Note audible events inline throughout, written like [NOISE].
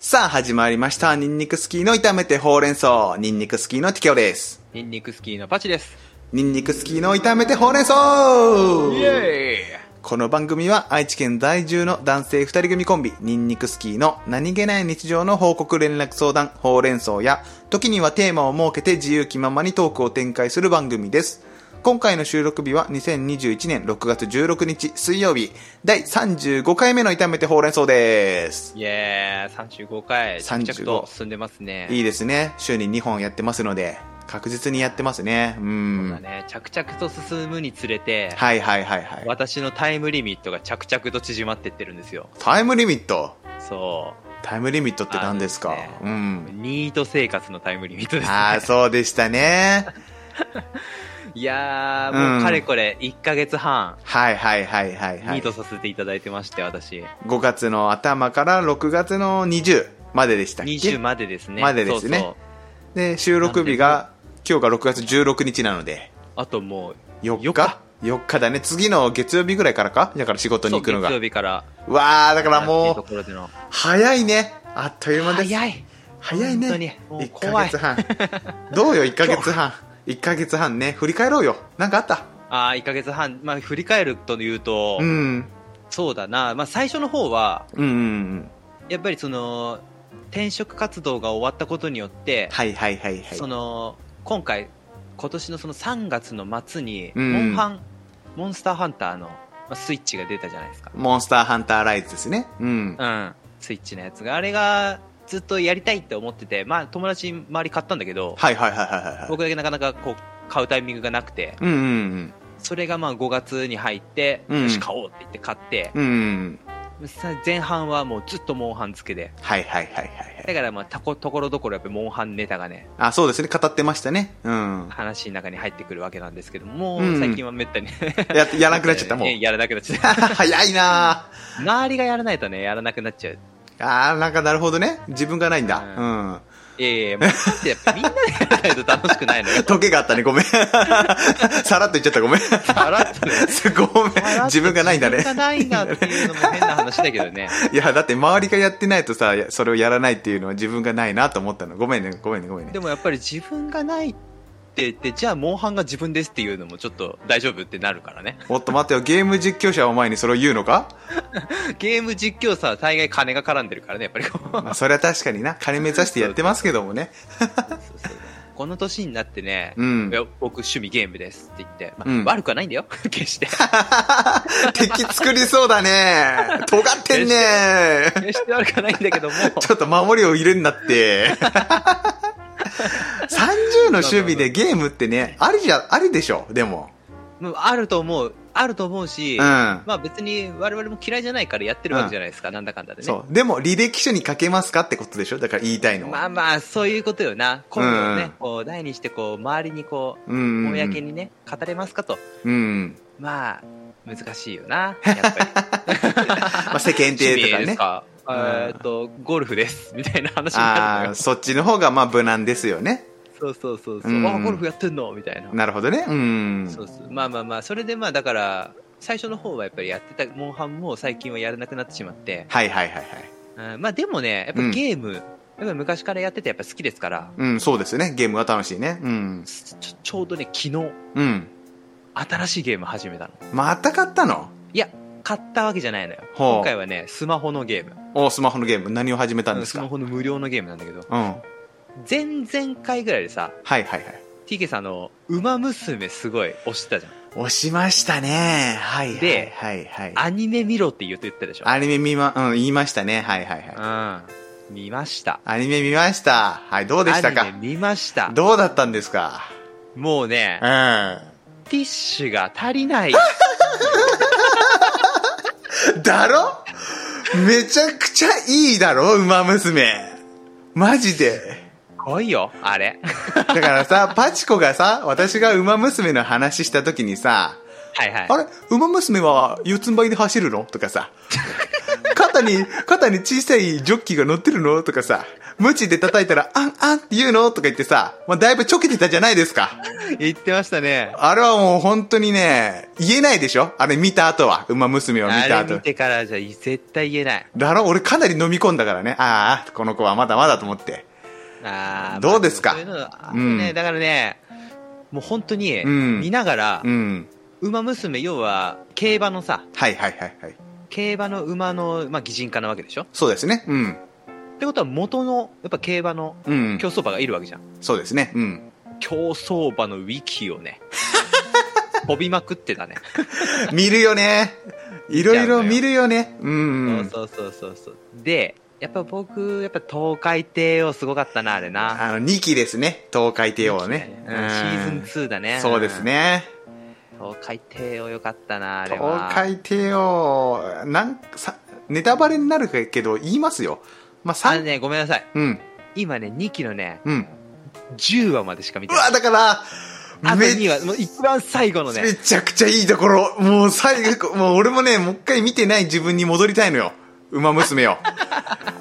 さあ、始まりました。ニンニクスキーの炒めてほうれん草。ニンニクスキーのティキョです。ニンニクスキーのパチです。ニンニクスキーの炒めてほうれん草エこの番組は愛知県在住の男性二人組コンビ、ニンニクスキーの何気ない日常の報告連絡相談、ほうれん草や、時にはテーマを設けて自由気ままにトークを展開する番組です。今回の収録日は2021年6月16日水曜日、第35回目の炒めてほうれん草です。イイエーイ !35 回、着35々と進んでますね。いいですね。週に2本やってますので、確実にやってますね。うそうだん。ね、着々と進むにつれて、はいはいはいはい。私のタイムリミットが着々と縮まってってるんですよ。タイムリミットそタイムリミットって何ですかあのですねうう。ん。ニート生活のタイムリミットです、ああ、そうでしたね。いやー、うもんうかれこれ1ヶ月半、はいはいはいはいはニーい。トさせていただいてまして、私。 5月の頭から6月の20まででしたっ20けまでですね。までですねそうそうで、収録日が、今日が6月16日なので、あともう、 4四日日 ?4 日だね。次の月曜日ぐらいからかだから仕事にそう行くのが月。曜日から、わあ、だからなんもていうと、ころでの。早いね。あっという間です。早い早いね。本当にもう1ヶ怖い月半。どうよ、1ヶ月半。1ヶ月半ね。振り返ろうよ。なんかあったああ、1ヶ月半、まあ、振り返るというと、うん。そうだな、まあ、最初の方は、うんうんうん。やっぱりその、転職活動が終わったことによって、はいはいはいはいそ。の、今回、今年のその3月の末に、うんモンハン、モンスターハンターの、まあ、スイッチが出たじゃないですか。モンスターハンターライズですね。うん。うん。スイッチのやつが、あれが、ずっとやりたいって思ってて、まあ、友達周り買ったんだけど、はいはいはいはいはい。僕だけなかなかこう、買うタイミングがなくて、うんうんそれがまあ5月に入って、うんよし、買おうって言って買って、うん。うんうん。さ前半はもうずっとモンハン付けで。はいはいはいはいはだい。からまあ、たこところどころやっぱりモンハンネタがね、あ、そうですね。語ってましたね。うん。話の中に入ってくるわけなんですけども、うん最近はめったに。や、やらなくなっちゃった、もう。 [LAUGHS] やらなくなっちゃった。 [LAUGHS] 早いな周りがやらないとね、やらなくなっちゃう。ぁ。あー、なんかなるほどね。自分がないんだ。ううん。。ええもうだってやっぱみんなでやらないと楽しくないのよ時計があったね、ごめん。 [LAUGHS] さらっと言っちゃった、ごめん。 [LAUGHS] さらっとね。ごめん。自分がないんだね自。分がないんだっていうのも変な話だけどね。 [LAUGHS] いや、だって周りがやってないとさ、やそれをやらないっていうのは自分がないなと思ったの。ごめんね、ごめんね、ごめんねで。もやっぱり自分がないって言って、じゃあモンハンが自分ですっていうのもちょっと大丈夫ってなるからね。おっと待ってよ、ゲーム実況者を前にそれを言うのかゲーム実況さ、大概金が絡んでるからね、やっぱりこう。まあ、それは確かにな、金目指してやってますけどもね。 [LAUGHS] そうそうこの年になってね、うんいや僕趣味ゲームですって言って、まあうん悪くはないんだよ [LAUGHS] 決して敵作りそうだね。尖ってんね。決して悪くはないんだけども [LAUGHS] ちょっと守りを入れんなって。30の守備でゲームってね、ありじゃ、ありでしょ、でも。もうあると思うあると思うし、うん。まあ別に我々も嫌いじゃないからやってるわけじゃないですか、なんだかんだでねそう。でも、履歴書に書けますかってことでしょだから言いたいのは。まあまあそういうことよな今度ね、うんこう題にしてこう周りにこうんううんうん。公にね、語れますかとうん。まあ難しいよ [LAUGHS] なやっぱりまあ、世間趣体味とかですね。か、んえーっとゴルフですみたいな話になるあのあ、よそっちの方がまあ無難ですよね。そうそうそうそう、うんあゴルフやってんのみたいななるほどね。うん。そうそうまあまあまあそれでまあだから最初の方はやっぱりやってたモンハンも最近はやらなくなってしまって、はいはいはいはい。うんまあでもねやっぱうんゲーム、やっぱ昔からやっててやっぱ好きですからうん、そうですね。ゲームは楽しいね。うん。ちょちょうどね昨日うん。新しいゲーム始めたのまた買ったのいや買ったわけじゃないのよほう今回はねスマホのゲームお、スマホのゲーム。何を始めたんうんですスかマうん。ホの無料のゲームなんだけどはい前々回ぐらいでさはいはい。 TK さんあの「ウマ娘」すごい推してたじゃん押しましたね。はいはい。ではいはい。アニメ見ろって言って言ったでしょアニメ見ま、うん、言いましたね。はいはいはい。うん見ましたアニメ見ました。はい、どうでしたアニかメ見ましたどうだったんですかもうねうん。だティッシュが足りない。ろめちゃくちゃいいだろ馬娘。マジで。来いよ、[LAUGHS] あれ。だからさ、パチコがさ、私が馬娘の話した時にさ、はいはい。あれ馬娘は四つん這いで走るのとかさ、肩に、肩に小さいジョッキが乗ってるのとかさ、無知で叩いたら、あんあんって言うのとか言ってさ、まあ、だいぶちょけてたじゃないですか。言ってましたね。あれはもう本当にね、言えないでしょあれ見た後は。馬娘を見たあれ後見。てからじゃ絶対言えない。だろ俺かなり飲み込んだからね。ああ、この子はまだまだと思って。あーどうですかまあそういうのあるねうんだからね、もう本当にうん見ながら、うん。馬娘、要は競馬のさ、はいはいはいはい。競馬の馬の、まあ、擬人化なわけでしょそうですね。うん。ってことは元の、やっぱ競馬のうん。競走馬がいるわけじゃん。そうですね。うん。競走馬のウィキを [LAUGHS] ね、飛びまくってたね。見るよね。いろいろ見るよね。うん。そうそうそうそう。で、やっぱ僕、やっぱ東海帝王すごかったな、あれな。あの、2期ですね。東海帝王ね。うんうんシーズン2だね。そうです。ね。東海帝王よかったな、あれは。東海帝王、なんさ、ネタバレになるけど、言いますよ。まあ、あの3、ね、ごめんなさい。うん、今ね、2期のね、うん。 10話までしか見うてない。わ、だから、あとめっ2話、もう一番最後のめね、ちゃくちゃいいところ。もう最後、 [LAUGHS] もう俺もね、もう一回見てない自分に戻りたいのよ。馬娘 [LAUGHS] を。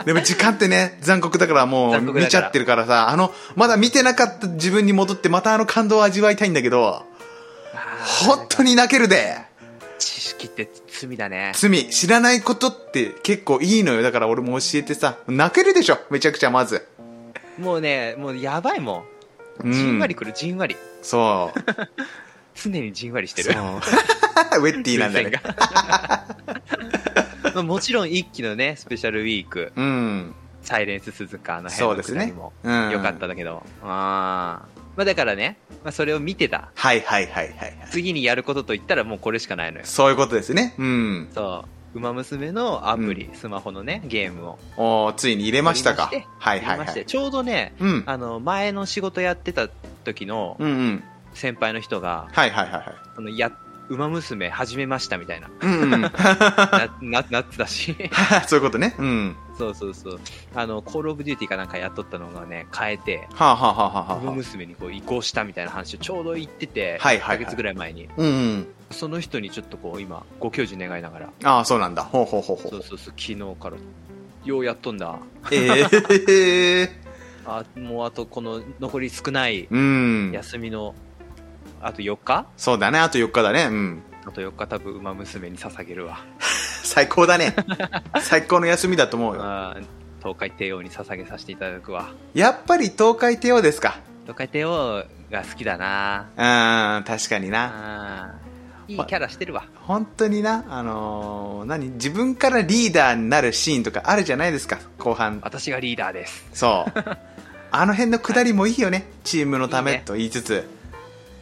でも時間ってね、残酷だからもう残酷だから見ちゃってるからさ、あの、まだ見てなかった自分に戻ってまたあの感動を味わいたいんだけど、あー本当に泣けるで。知識って罪だね。罪、知らないことって結構いいのよ。だから俺も教えてさ、泣けるでしょ。めちゃくちゃまず。もうね、もうやばいもうんん。じんわりくる、じんわり。そう。常にじんわりしてそうる。 [LAUGHS] ウェッティなんだ [LAUGHS] ね。風船が [LAUGHS] まあもちろん一期のね、スペシャルウィーク、うん。サイレンス鈴鹿のそう辺のですくだりねも。うん。よかった。だけど。あーまあだからね、まあそれを見てた。はいはいはいはい。次にやることといったらもうこれしかないのよ。そういうことですね。うん。そう。馬娘のアプリ、スマホのね、ゲームを。おーついに入れましたか入れまして。はいやはいりまはして、い。ちょうどね、うん。あの、前の仕事やってた時のうんうん。先輩の人が、はいはいはいはい。あのや馬娘始めましたみた [LAUGHS] いな、うんうん。な、な、なってたし。 [LAUGHS] そういうことね。うん。そうそうそう。あの、コールオブデューティーかなんかやっとったのがね、変えて、はあはあはあはあ馬は娘にこう移行したみたいな話をちょうど言ってて、はいはいはい1ヶ月ぐらい前に。あ。うんうん。その人にちょっとこう今、ご教授願いながら、ああ、そうなんだ。ほうほうほうほそうう。そうそう、昨日から、ようやっとんだ。え [LAUGHS] え。あ、もうあとこの残り少ないうん。休みの、あと4日そうだね。あと4日だね。うん。あと4日多分馬娘に捧げるわ。最高 [LAUGHS] だね。最高の休みだと思うよ。あー東海帝王に捧げさせていただくわ。やっぱり東海帝王ですか。東海帝王が好きだなうん、確かにな。あーいいキャラしてるわ。本当にな、あのー、何自分からリーダーになるシーンとかあるじゃないですか。後半。私がリーダーです。そう。 [LAUGHS] あの辺の下りもいいよね。チームのためと言いつつ。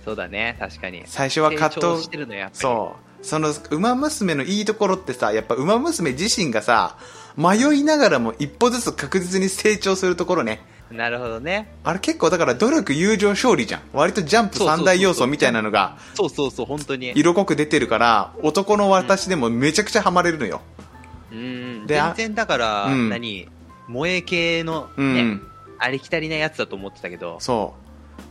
そうだね、確かに。最初は成葛長藤してるのやっぱり。そうその馬娘のいいところってさやっぱ馬娘自身がさ迷いながらも一歩ずつ確実に成長するところねなるほどね。あれ結構だから努力友情勝利じゃん割とジャンプそうそうそうそ三う大要素みたいなのがそうそうそう、本当に。色濃く出てるから男の私でもめちゃくちゃハマれるのよ、うん。であ全然だから、うん何萌え系の、うんね、ありきたりなやつだと思ってたけど、そ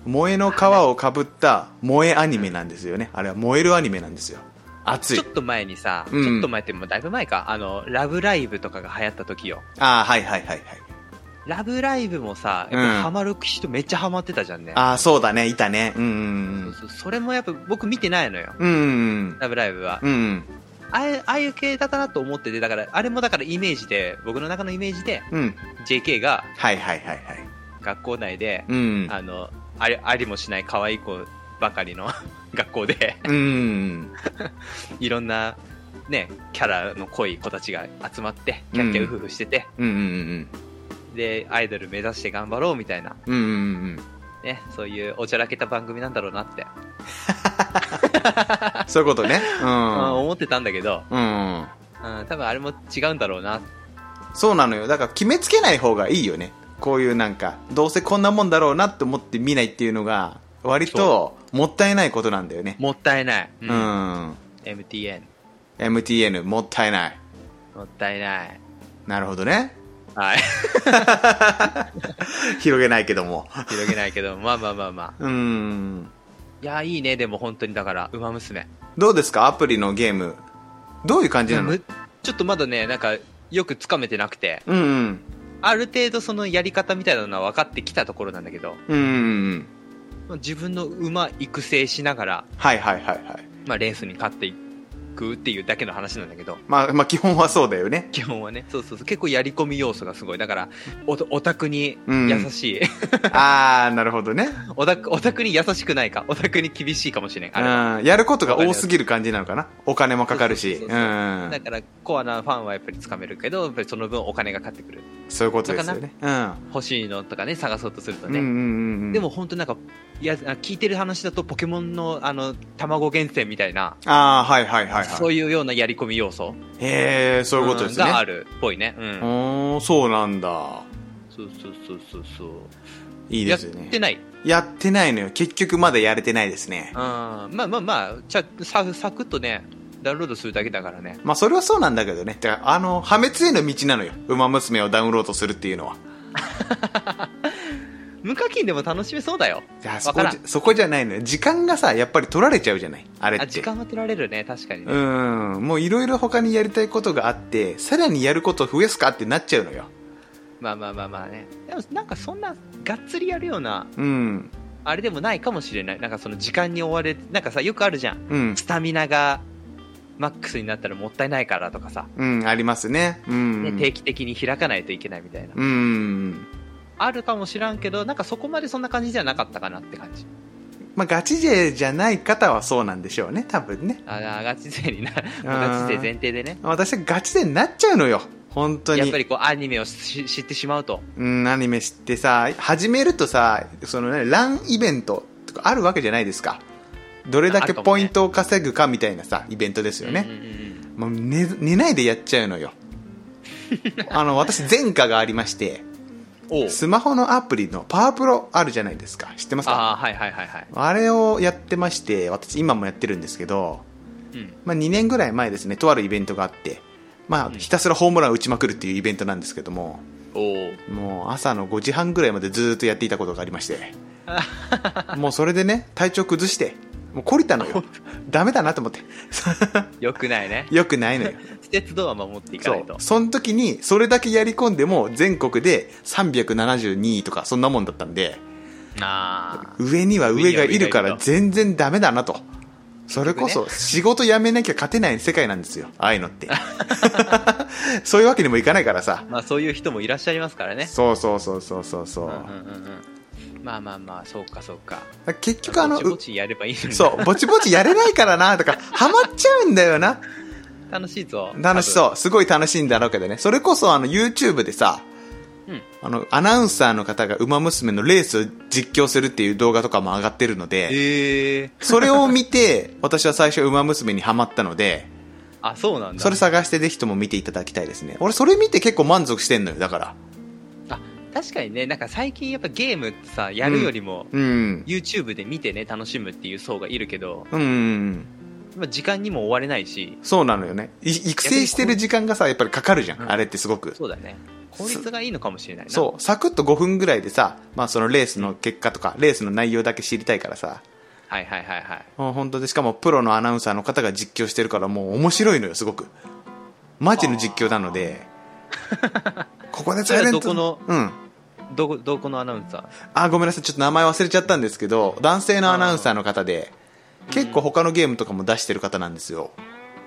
う萌えの皮をかぶった萌えアニメなんですよねあれは燃えるアニメなんですよ熱ちいょっと前にさ、うんちょっと前って、もうだいぶ前か、あの、ラブライブとかが流行った時よ。ああはいはいはいはいラブライブもさ、やっうんぱハマる人めっちゃハマってたじゃんね。ああそうだねいたねうんそうそうそれもやっぱ僕見てないのよ。うんうんうんラブライブは。うんうんあれああいう系だったなと思ってて、だから、あれもだからイメージで、僕の中のイメージで、うん JK がはいはいはいはい学校内で、うん。あの、ありありもしない可愛い子ばかりの [LAUGHS] 学校で、うん。いろんな、ね、キャラの濃い子たちが集まって、キャッキャウフフしてて、うんうんうん。で、アイドル目指して頑張ろうみたいな、うんうんうん。ね、そういうおちゃらけた番組なんだろうなって、そういうことね。うまあん。思ってたんだけど、うん。うん、多分あれも違うんだろうな。そうなのよ。だから決めつけない方がいいよね。こういうなんか、どうせこんなもんだろうなって思って見ないっていうのが、割ともったいないことなんだよね。もったいない。うう。ん。 MTN。 MTN、もったいない。もったいない。なるほどね。 [LAUGHS] はい。広げないけども。広げないけど、まあまあまあまあ。うん。いや、いいね、でも本当にだから、馬娘。どうですかアプリのゲーム。どういう感じなのむちょっとまだね、なんか、よくつかめてなくて、うんうん。ある程度そのやり方みたいなのは分かってきたところなんだけど、うんうんうん。まあ自分の馬育成しながら、はいはいはいはい。まあ、レースに勝っていくっていうだけの話なんだけど、まあ、まあ基本はそうだよ [LAUGHS] ね。基本はね、そうそうそう、結構やり込み要素がすごい。だから、おオタクにうん優しい。 [LAUGHS] あー、なるほどね。オタク、オタクに優しくないか。オタクに厳しいかもしれん。あれはうん。やることが多すぎる感じなのかな。お金もかかるし。そううそうそうそうんだ。から、コアなファンはやっぱりつかめるけど、やっぱりその分お金がかかってくる。そういうことですよね。うん。欲しいのとかね、探そうとするとうんうんね。うんうん。でも、本当なんか、いや、聞いてる話だと、ポケモンの、あの、卵厳選みたいな、ああ、はいはいはいそはうい。いうようなやり込み要素へえ、そういうことですね。んがあるっぽいね。う。うんーん、そうなんだ。そうそうそうそうそう。いいやでっすよね。てない。やってないのよ。結局まだやれてないですねうん。。まあまあまあ、ちゃさサクッとね、ダウンロードするだけだからね。まあそれはそうなんだけどね。てか、あの、破滅への道なのよ。馬娘をダウンロードするっていうのは。無課金でも楽しめそうだよ。いやわそこからじんゃ、そこじゃないのよ。時間がさ、やっぱり取られちゃうじゃない。あれっあ、て。時間は取られるね、確かにね。うん。もういろいろ他にやりたいことがあって、さらにやることを増やすかってなっちゃうのよ。まあまあまあまあね。でもなんかそんな、がっつりやるような、うん。あれでもないかもしれない。なんかその時間に追われ、なんかさ、よくあるじゃん。うん。スタミナが、マックスになったらもったいないからとかさ、うん、ありますね。うん。ね、定期的に開かないといけないみたいな。うん。あるかもしらんけど、なんかそこまでそんな感じじゃなかったかなって感じ。まあガチ勢じゃない方はそうなんでしょうね、多分ね。ああ、ガチ勢にな、もうガチ勢前提でね。私はガチ勢になっちゃうのよ。本当に。やっぱりこうアニメをし知ってしまうと。うん、アニメ知ってさ、始めるとさ、そのね、ランイベントとかあるわけじゃないですか。どれだあけるかもポねイントを稼ぐかみたいなさ、イベントですようんね。うんうんもう寝、寝ないでやっちゃうの [LAUGHS] よ。あの、私、前科がありまして、おうスマホのアプリのパワープロあるじゃないですか。知ってますかああ、はいはいはいはい。あれをやってまして、私今もやってるんですけど、うん。まあ、2年ぐらい前ですね、とあるイベントがあって、まあ、うんひたすらホームランを打ちまくるっていうイベントなんですけども、おうもう朝の5時半ぐらいまでずーっとやっていたことがありま [LAUGHS] して、もうそれでね、体調崩して、もう懲りたのよ。 [LAUGHS] ダメだなと思って。 [LAUGHS] よくないね。よくないのよ。鉄道は守っていかそないとう。。その時に、それだけやり込んでも、全国で372位とか、そんなもんだったんで、ああ。上には上がいるか上らには上がいると全然ダメだなと。それこ結そ仕事辞めなきゃ勝てない世界なんですよ。ああいうの [LAUGHS] って。そういうわけにもいかないからさ。まあそういう人もいらっしゃいますからね。そうそうそうそうそうそう。うんうんうんうん。まあまあまあ、そうかそうか。結局あの、ぼちぼちやればいいのに。そう、ぼちぼちやれないからな、とか、ハマっちゃうんだよな。楽しいぞ。楽しそう。すごい楽しいんだろうけどね。それこそあの、YouTube でさ、うんあの、アナウンサーの方が馬娘のレースを実況するっていう動画とかも上がってるの多で、分。ええー。それを見て、私は最初馬娘にハマったので、あ、そうなんだ。それ探してぜひとも見ていただきたいですね。俺それ見て結構満足してんのよ、だから。あ、確かにね、なんか最近やっぱゲームってさ、やるよりも、うん。 YouTube で見てね、楽しむっていう層がいるけど、うん。まあ時間にも追われないし、そうなのよね。い育成してる時間がさ、やっぱりかかるじゃん。うんあれってすごく。そうだね。効率がいいのかもしれないな。そう。サクッと5分ぐらいでさ、まあそのレースの結果とか、レースの内容だけ知りたいからさ。はいはいはいはい。もう本当で、しかもプロのアナウンサーの方が実況してるからもう面白いのよ、すごく。マジの実況なの [LAUGHS] で。ここでサイレント。それはどこうん。どこ、どこのアナウンサーあ、ごめんなさい。ちょっと名前忘れちゃったんですけど、男性のアナウンサーの方で、結構他のゲームとかも出してる方なんですよ。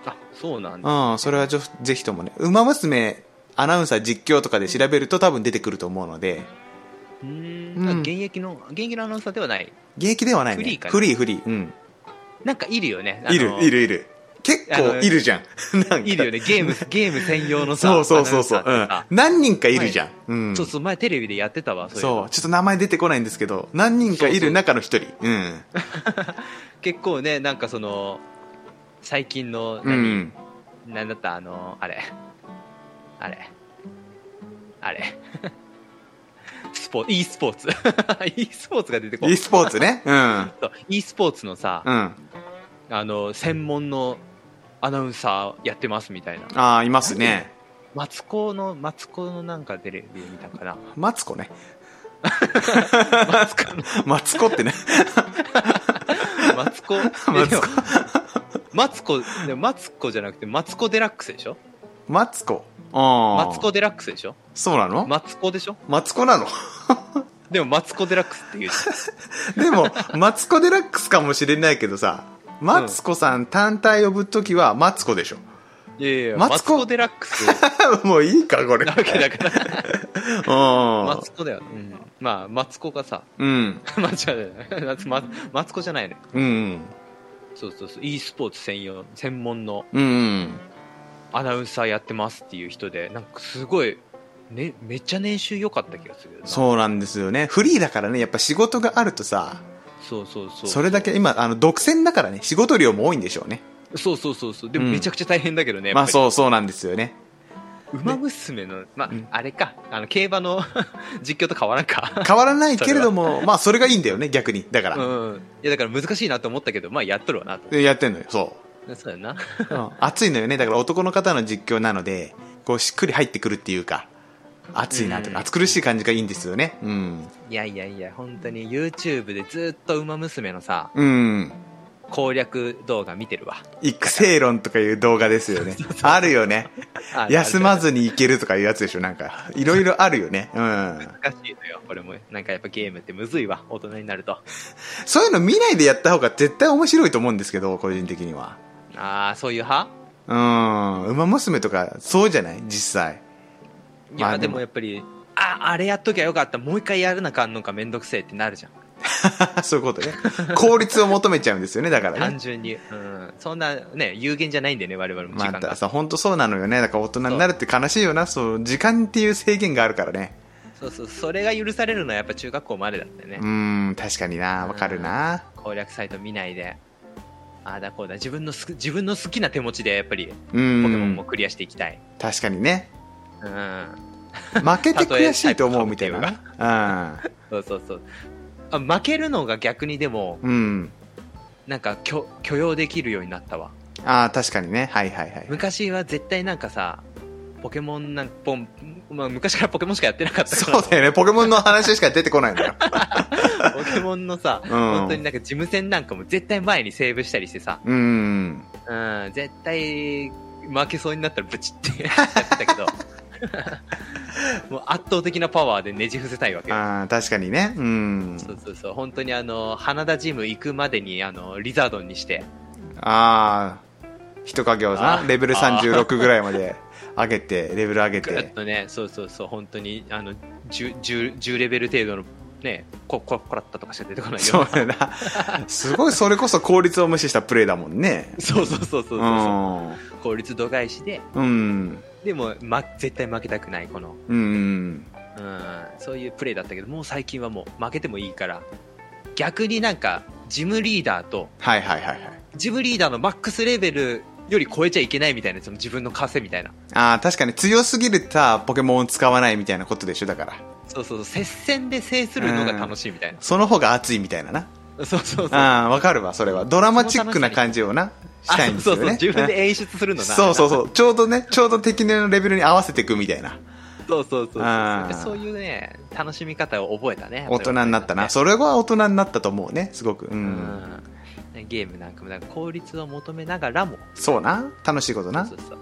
あ、そうなんだ。うん、それはちょぜひともね、馬娘アナウンサー実況とかで調べると多分出てくると思うので、うーうんん。現役の、現役のアナウンサーではない。現役ではないね。フリーかなフリー、フリー。うん。なんかいるよね。あのいる、い。る、いる。結あ構のいるじゃん。 [LAUGHS] なんかいるよね。ゲーム、ゲーム専用のさ。そうそうそうそう。アナうウンんサーってさ。何人かいるじゃん。うん。そうそう、前テレビでやってたわ、そういえばそうちょっと名前出てこないんですけど、何人かいる中の一人。うん。結構ね、なんかその、最近の、う何、ん。なんだった、あの、あれ。あれ。あれ。 [LAUGHS] スポーツ、e スポーツ。e [LAUGHS] スポーツが出てこな e い。スポーツ [LAUGHS] ね。うん。そう e スポーツのさ、うん。あの、専門のアナウンサーやってますみたいな。ああ、いますね。マツコの、マツコのなんか出る、出見たか [LAUGHS] な。マツコね。マツコの、 [LAUGHS] マツコってね。マツコ、マツコでもマツコ、でもマツコじゃなくて、マツコデラックスでしょマツコ。ああ。マツコデラックスでしょそうなのマツコでしょマツコなのでもマツコデラックスって言う [LAUGHS] じでも、マツコデラックスかもしれないけどさ、マツコさん単体呼ぶときはマツコでしょ。 [LAUGHS] ゃ [LAUGHS] ん。いやいや、ママツコツコデラックスもういいか、これ。なわけだ [LAUGHS] から。マうツコだよ、うん、まあマツコがさ [LAUGHS] ん。うん。間違えないママツコじゃないねうん。そうそうそう e スポーツ専用専門のうん。アナウンサーやってますっていう人でなんかすごい、ね、めっちゃ年収良かった気がするなそうなんですよね。フリーだからね、やっぱ仕事があるとさ、そうそうそうそれだけ、今、あの、独占だからね、仕事量も多いんでしょうね。そうそうそうそうでもうんめちゃくちゃ大変だけどね、まあうそうそうなんですよね。馬娘の、まあうんあれかあの競馬の [LAUGHS] 実況と変わらんか変わらないけれども、まあそれがいいんだよね、逆に。 [LAUGHS] だかうら。んいやだから難しいなと思ったけどまあやっとるわなとでやってんのよ、そそうやなう。 [LAUGHS] うん熱いのよね、だから男の方の実況なので、こうしっくり入ってくるっていうか、熱いなとうんか、熱苦しい感じがいいんですよね。うん。いやいやいや本当に YouTube でずっと馬娘のさうん。攻略動画見てるわ育成論とかいう動画ですよ [LAUGHS] ね。あるよね。休まずずにいけるとかいうやつでしょ、なんか。いろいろあるよね。うん。難しいのよこれもなんかやっぱゲームってむずいわ大人になるとそういうの見ないでやった方が絶対面白いと思うんですけど、個人的には。ああそういう派うん。馬娘とか、そうじゃない実際。 [LAUGHS] いまあやででももやっぱりああれやっときゃよかったもう一回やるなかんのかめんどくせえってなるじゃんそういうことね。効率を求めちゃうんですよね、だから単ね。純に、うん、そんなね有限じゃないんでね我々も時ま間が、たさ、本当そうなのよね。だから大人になるって悲しいよな。そう、時間っていう制限があるからね。そうそうそれが許されるのはやっぱ中学校までだったよね、うん、確かにな。わかるな。攻略サイト見ないでああだこうだ自分のす自分の好きな手持ちでやっぱりうポケモンんも。クリアしていきたい、確かにね。うん負けて悔しいと思うみたいたとえな。そうそうそうあ負けるのが逆にでもうん。うん。なんか許許容できるようになったわああ、確かにね。はいはいはい。昔は絶対なんかさポケモンなんかポン、まあ、昔からポケモンしかやってなかったかそらうだよね。ポケモンの話しか出てこないんだよ。ポケモンのさ、ん本当になんか事務戦なんかも絶対前にセーブしたりしてさ、うん。うん、絶対負けそうになったらブチってやって [LAUGHS] たけど、もう圧倒的なパワーでねじ伏せたいわけよ。ああ、確かにね。うん。そうそうそう、本当にあの、花田ジム行くまでにあの、リザードンにして、ああ、人影をあな、ーレベル36ぐらいまで上げ [LAUGHS] て、レベル上げ。ぐーってとね、そうそうそう、本当にあの、10, 10 10レベル程度のね、こ、こ、こらったとかしか出てこないよそうだな。すごい、それこそ効率を無視したプレイだもんね。そうそうそうそうそううそんう、効率度外視で、うん。でも、ま、絶対負けたくない、この、うん。うん、そういうプレーだったけどもう最近はもう負けてもいいから逆になんかジムリーダーとはいはいはいはい。ジムリーダーのマックスレベルより超えちゃいけないみたいなその自分の枷みたいなああ、確かに強すぎるさ、ポケモンを使わないみたいなことでしょ、だから。そうそうそう接戦で制するのが楽しいみたいな、その方が熱いみたいなな。そうそうそうああ、わかるわ、それは。ドラマチックな感じをな、したいんですよね。あそうそうそう自分で演出するのなそうそううそう。ちょうどね、ちょうど敵のレベルに合わせていくみたいな。そうそうそうあーそういうね楽しみ方を覚えたね大人になったな。そそれは大人になったと思うね、すごく。う。うんんゲームなんかもなんか効率を求めながらもそうな。楽しいことなそ。うそうそう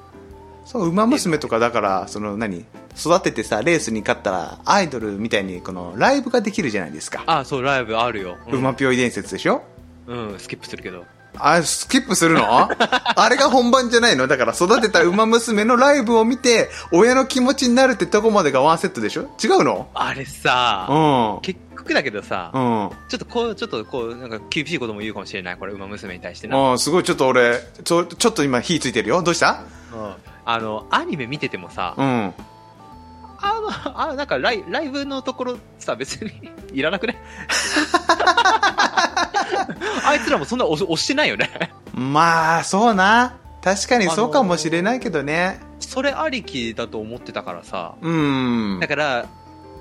そう、馬娘とかだから、その何育ててさ、レースに勝ったら、アイドルみたいに、この、ライブができるじゃないですか。あそうライブあるよ、うん、馬ぴょい伝説でしょうんスキップするけどあ、スキップするのあれが本番じゃないのだから育てた馬娘のライブを見て、親の気持ちになるってとこまでがワンセットでしょ違うのあれさ、う結局だけどさ、ん。うん。ちょっとこう、ちょっとこう、なんか厳しいことも言うかもしれない、これ、馬娘に対してな。ああ、すごい、ちょっと俺、ちょ、ちょっと今火ついてるよ。どうしたうんあの、アニメ見ててもさ、うん。あの、あなんかライライブのところさ、別に [LAUGHS] いらなくねあいつらもそんな押押してないよね。まあ、そうな。確かにそうかもしれないけどね。それありきだと思ってたからさ、うんだ。から、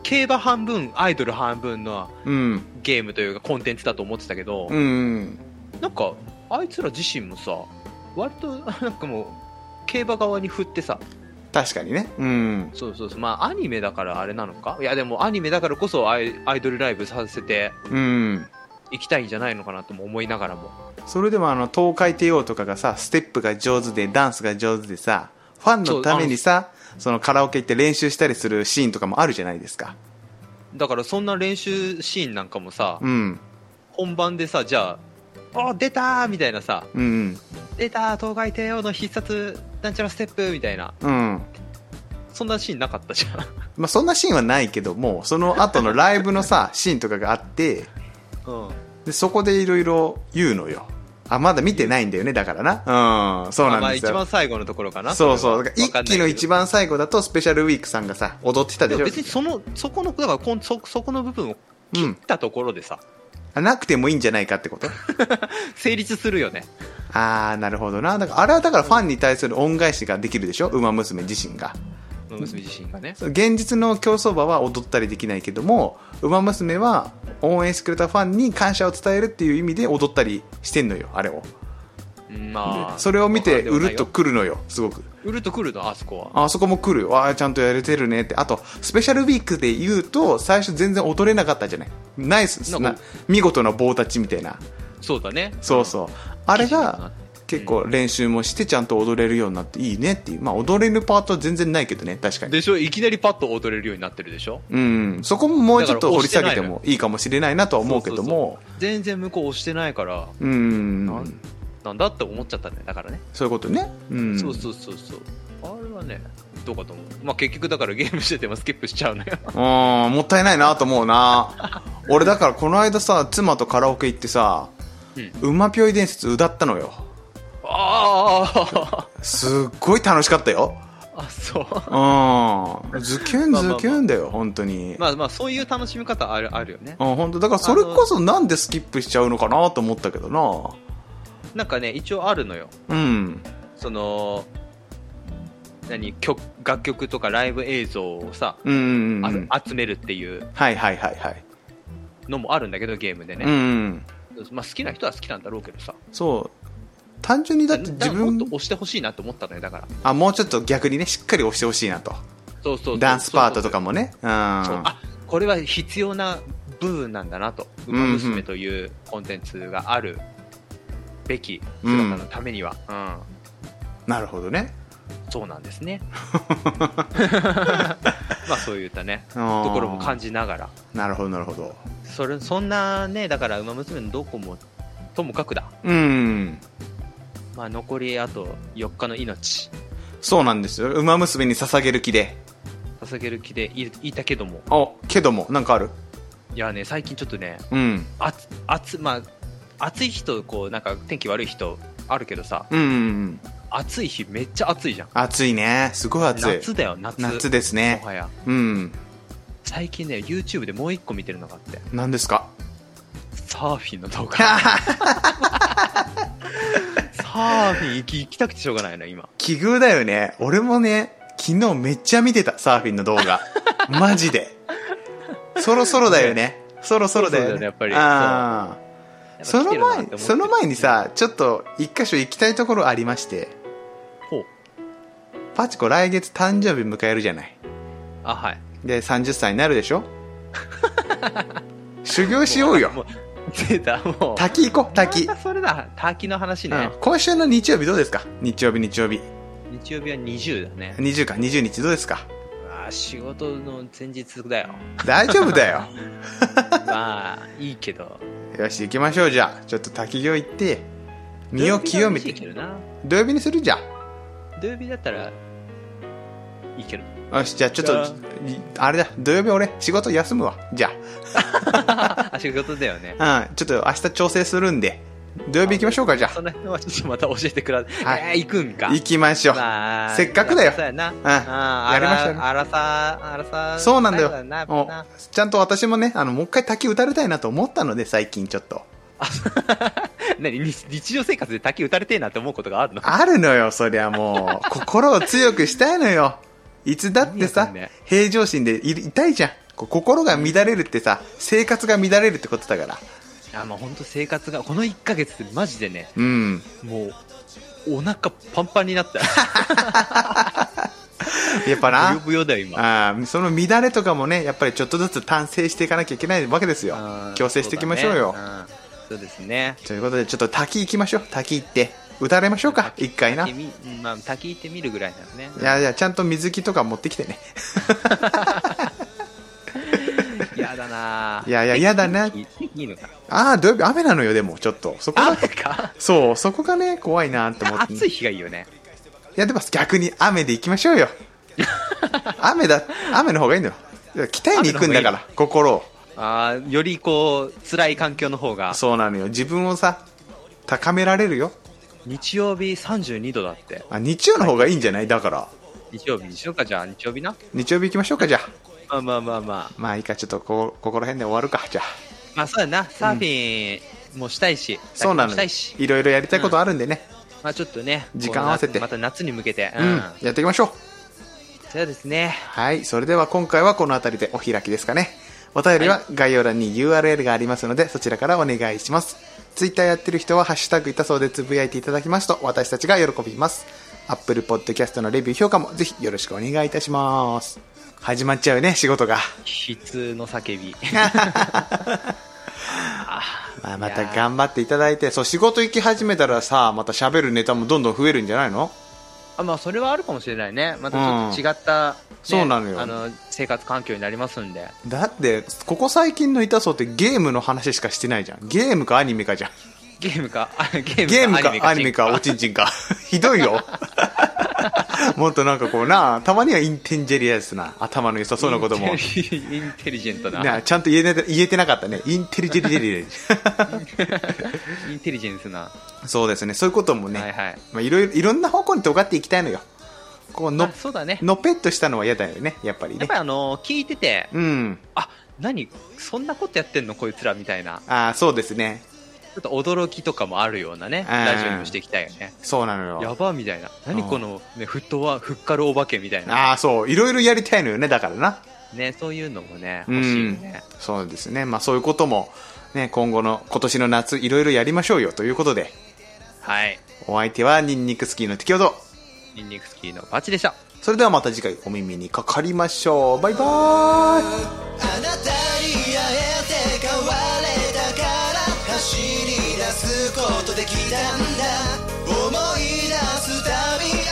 競馬半分、アイドル半分のうん。ゲームというかコンテンツだと思ってたけど、うん。なんか、あいつら自身もさ、割と、なんかもう、競馬側に振ってさ、確かにね。うん。そうそうそうまあアニメだからあれなのかいやでもアニメだからこそアイアイドルライブさせてうん。いきたいんじゃないのかなとも思いながらもそれでもあの、東海帝王とかがさ、ステップが上手で、ダンスが上手でさ、ファンのためにさそのカラオケ行って練習したりするシーンとかもあるじゃないですかだからそんな練習シーンなんかもさ、うん本番でさじゃあ「お出た!」みたいなさうんうん「出た東海帝王の必殺なんちゃらステップ」みたいなうんそんなシーンなかったじゃんまあ、そんなシーンはないけどもその後のライブの [LAUGHS] さシーンとかがあってうんでそこでいろいろ言うのよあまだ見てないんだよねだからなうんそうまあなまんあです一よ番最後のところかなそうそうれだはから一期の一番最後だとスペシャルウィークさんがさ踊ってたわかでんしないけどでょも別にそのそこのだからこんそそこの部分をうん切ったところでさ、あなくてもいいんじゃないかってこと成立するよねああなるほどなだからあれはだからファンに対する恩返しができるでしょウマ娘自身が娘自身がねそう現実の競走馬は踊ったりできないけどもウマ娘は応援してくれたファンに感謝を伝えるっていう意味で踊ったりしてんのよあれをうんまあそれを見てうるっとわかんくないよるのよすごくうるっとくるのあそこはあそこも来るわあちゃんとやれてるねってあとスペシャルウィークで言うと最初全然踊れなかったじゃないナイスなんかな見事な棒立ちみたいなそうだねそうそうあれが結結構練習もしてちゃんと踊れるようになっていいねっていうまあ踊れるパートは全然ないけどね確かにでしょいきなりパッと踊れるようになってるでしょうんそこももうちょっと掘り下げてだからもいいかもしれないなとは思うけどもそうそうそう全然向こう押してないからうんなんなんだって思っちゃったねだからね、そういうことねうんそうそうそうそうあれはねどうかと思うまあ結局だからゲームしててもスキップしちゃうの [LAUGHS] ようんもったいないなと思うな [LAUGHS] 俺だからこの間さ妻とカラオケ行ってさうん「馬ぴょい伝説」歌ったのよああすっごい楽しかったよあそううんズキュンまあまあズまあキュンだよ本当にまあまあそういう楽しみ方あるあるよねうん本当だからそれこそなんでスキップしちゃうのかなと思ったけどななんかね一応あるのようんその何曲楽曲とかライブ映像をさ、うんうんあうん集めるっていうはいはいはいはいのもあるんだけどゲームでうんうね、んまあ、好きな人は好きなんだろうけどさそう単純にだって自もっ分と押してほしいなと思ったのよだからあもうちょっと逆にねしっかり押してほしいなとそうそうそうダンスパートとかもねうんそうあこれは必要な部分なんだなと「ウうんうんマ娘」というコンテンツがあるべき姿のためには、うんなるほどねそうなんで [LAUGHS] すね [LAUGHS] まあそういったねとところも感じじながらなるほどなるほどそれそんなねだから「ウマ娘」のどこもともかくだ、うんまあ、残りあと4日の命そうなんですよ馬娘に捧げる気で捧げる気でいいたけどもあけどもなんかあるいやね最近ちょっとねうん暑暑まあ暑い日とこうなんか天気悪い日とあるけどさうんうんうん暑い日めっちゃ暑いじゃん暑いねすごい暑い夏だよ夏夏ですねもはやうん最近ね YouTube でもう一個見てるのがあって何です [LAUGHS] かサーフィンの動画サーフィン行き行きたくてしょうがないの今奇遇だよね俺もね昨日めっちゃ見てたサーフィンの動 [LAUGHS] 画マジでそろそろだよねそろそろだよねそろそろだよねやっぱりあーそのやっぱ来てるなって思って前るその前にさちょっと一箇所行きたいところありましてほうパチコ来月誕生日迎えるじゃないあはいで30歳になるでしょ [LAUGHS] 修行しようよもう出たもう滝行こう [LAUGHS] 滝、あそれだ滝の話うんね、今週の日曜日どうですか日曜日日曜日日曜日は20だね20か20日どうですかあ仕事の前日だよ大丈夫だ [LAUGHS] よまあいいけどよし行きましょうじゃあちょっと滝行行って身を清め土曜日ならいていけどな土曜日にするじゃ土曜日だったらいいけ [LAUGHS] どんよしじゃあちょっとじいあれだ土曜日俺仕事休むわじゃあ仕事だよねあうんちょっと明日調整するんで土曜日行きましょうかじゃその辺はちょっとまた教えてくださはいい、えー行くんかあ行きましょうまあせっかくだよそうやなうんややりましたねあらさあらさそうなんだよなやっぱおなちゃんと私もねあのもう一回滝打たれたいなと思ったので最近ちょっと何日日常生活で滝打たれてえなって思うことがあるのあるのよそりゃも [LAUGHS] う心を強くしたいのよいつだってさ、何やってん平常心でいいたいじゃんこう心が乱れるってさ生活が乱れるってことだからあまあ本当生活がこの1ヶ月でマジでねうんもうお腹パンパンになったやっぱブヨなブヨだよ今あーその乱れとかもねやっぱりちょっとずつ単成していかなきゃいけないわけですよあー強制していきましょうよそうだねんそうですねということでちょっと滝行きましょう滝行って歌われましょうか、一回な。滝い行ってみまあ、滝行ってみるぐらいなのね。やいや、ちゃんと水着とか持ってきてね。嫌だなぁいやいや嫌だな天気いいのか。ああ、土曜日雨なのよ、でも、ちょっと。そこが雨、かそう、そこがね、怖いなと思って。暑い日がいいよね。いや、でも逆に雨で行きまし [LAUGHS] ょうよ。雨だ、雨の方がいいのよ。鍛えに行くんだから、心を。ああ、よりこう、辛い環境の方が。そうなのよ。自分をさ、高められるよ。日曜日32度だって。あ、日曜の方がいいんじゃないだから。日曜日にしようか、じゃあ、日曜日な。日曜日行きましょうか、じゃあ。まあまあまあまあ。まあいいか、ちょっとこ、ここら辺で終わるか、じゃあ。まあそうやな、サーフィンもしたいし、そうなの滝もしよたいし。いろいろやりたいことあるんでね。まあちょっとね、時間合わせてこうなまた夏に向けて。うん、やっていきましょう。そうですね。はい、それでは今回はこの辺りでお開きですかね。お便りは概要欄に URL がありますので、そちらからお願いします。Twitter やってる人は、ハッシュタグいたそうでつぶやいていただきますと、私たちが喜びます。Apple Podcast のレビュー評価もぜひよろしくお願いいたします。始まっちゃうね、仕事が。悲痛の叫び。まあ、またいやー頑張っていただいて、そう、仕事行き始めたらさ、また喋るネタもどんどん増えるんじゃないのあまあそれはあるかもしれないね。またちょっと違った、ねそうなのよあの生活環境になりますんで。だって、ここ最近のいたそうってゲームの話しかしてないじゃん。ゲームかアニメかじゃん。ゲームか、あゲゲーームムか、かアニメかおちんちんか [LAUGHS] ひどい [LAUGHS] よもっとなんかこうなたまにはインテリジェリアスな頭の良さそうなこともインテリインテリジェントな。なちゃんと言えて言えてなかったねインテリジェリジェインテリジェンスな。リそうですねそういうこともね、はいはい。まあ、いろいろいろんな方向に尖っていきたいのよこうのあそうだね。のぺっとしたのは嫌だよねやっぱりやっねぱりあの、聞いてて、うんあ、何そんなことやってんのこいつらみたいな。ああそうですねちょっと驚きとかもあるようなね、んラジオにもしていきたいよね。そうなのやよばみたいな。何うんこの、ね、フットワー、ふっかるお化けみたいな。ああそういろいろやりたいのよねだからなね、そういうのもね、うん欲しいよね。そうですねまあそういうこともね今後の今年の夏いろいろやりましょうよということではい。お相手はニンニクスキーの適応とニンニクスキーのパチでした。それではまた次回お耳にかかりましょうバイバーイあなたに会えて変われたから走り出すことできたんだ思い出すたびに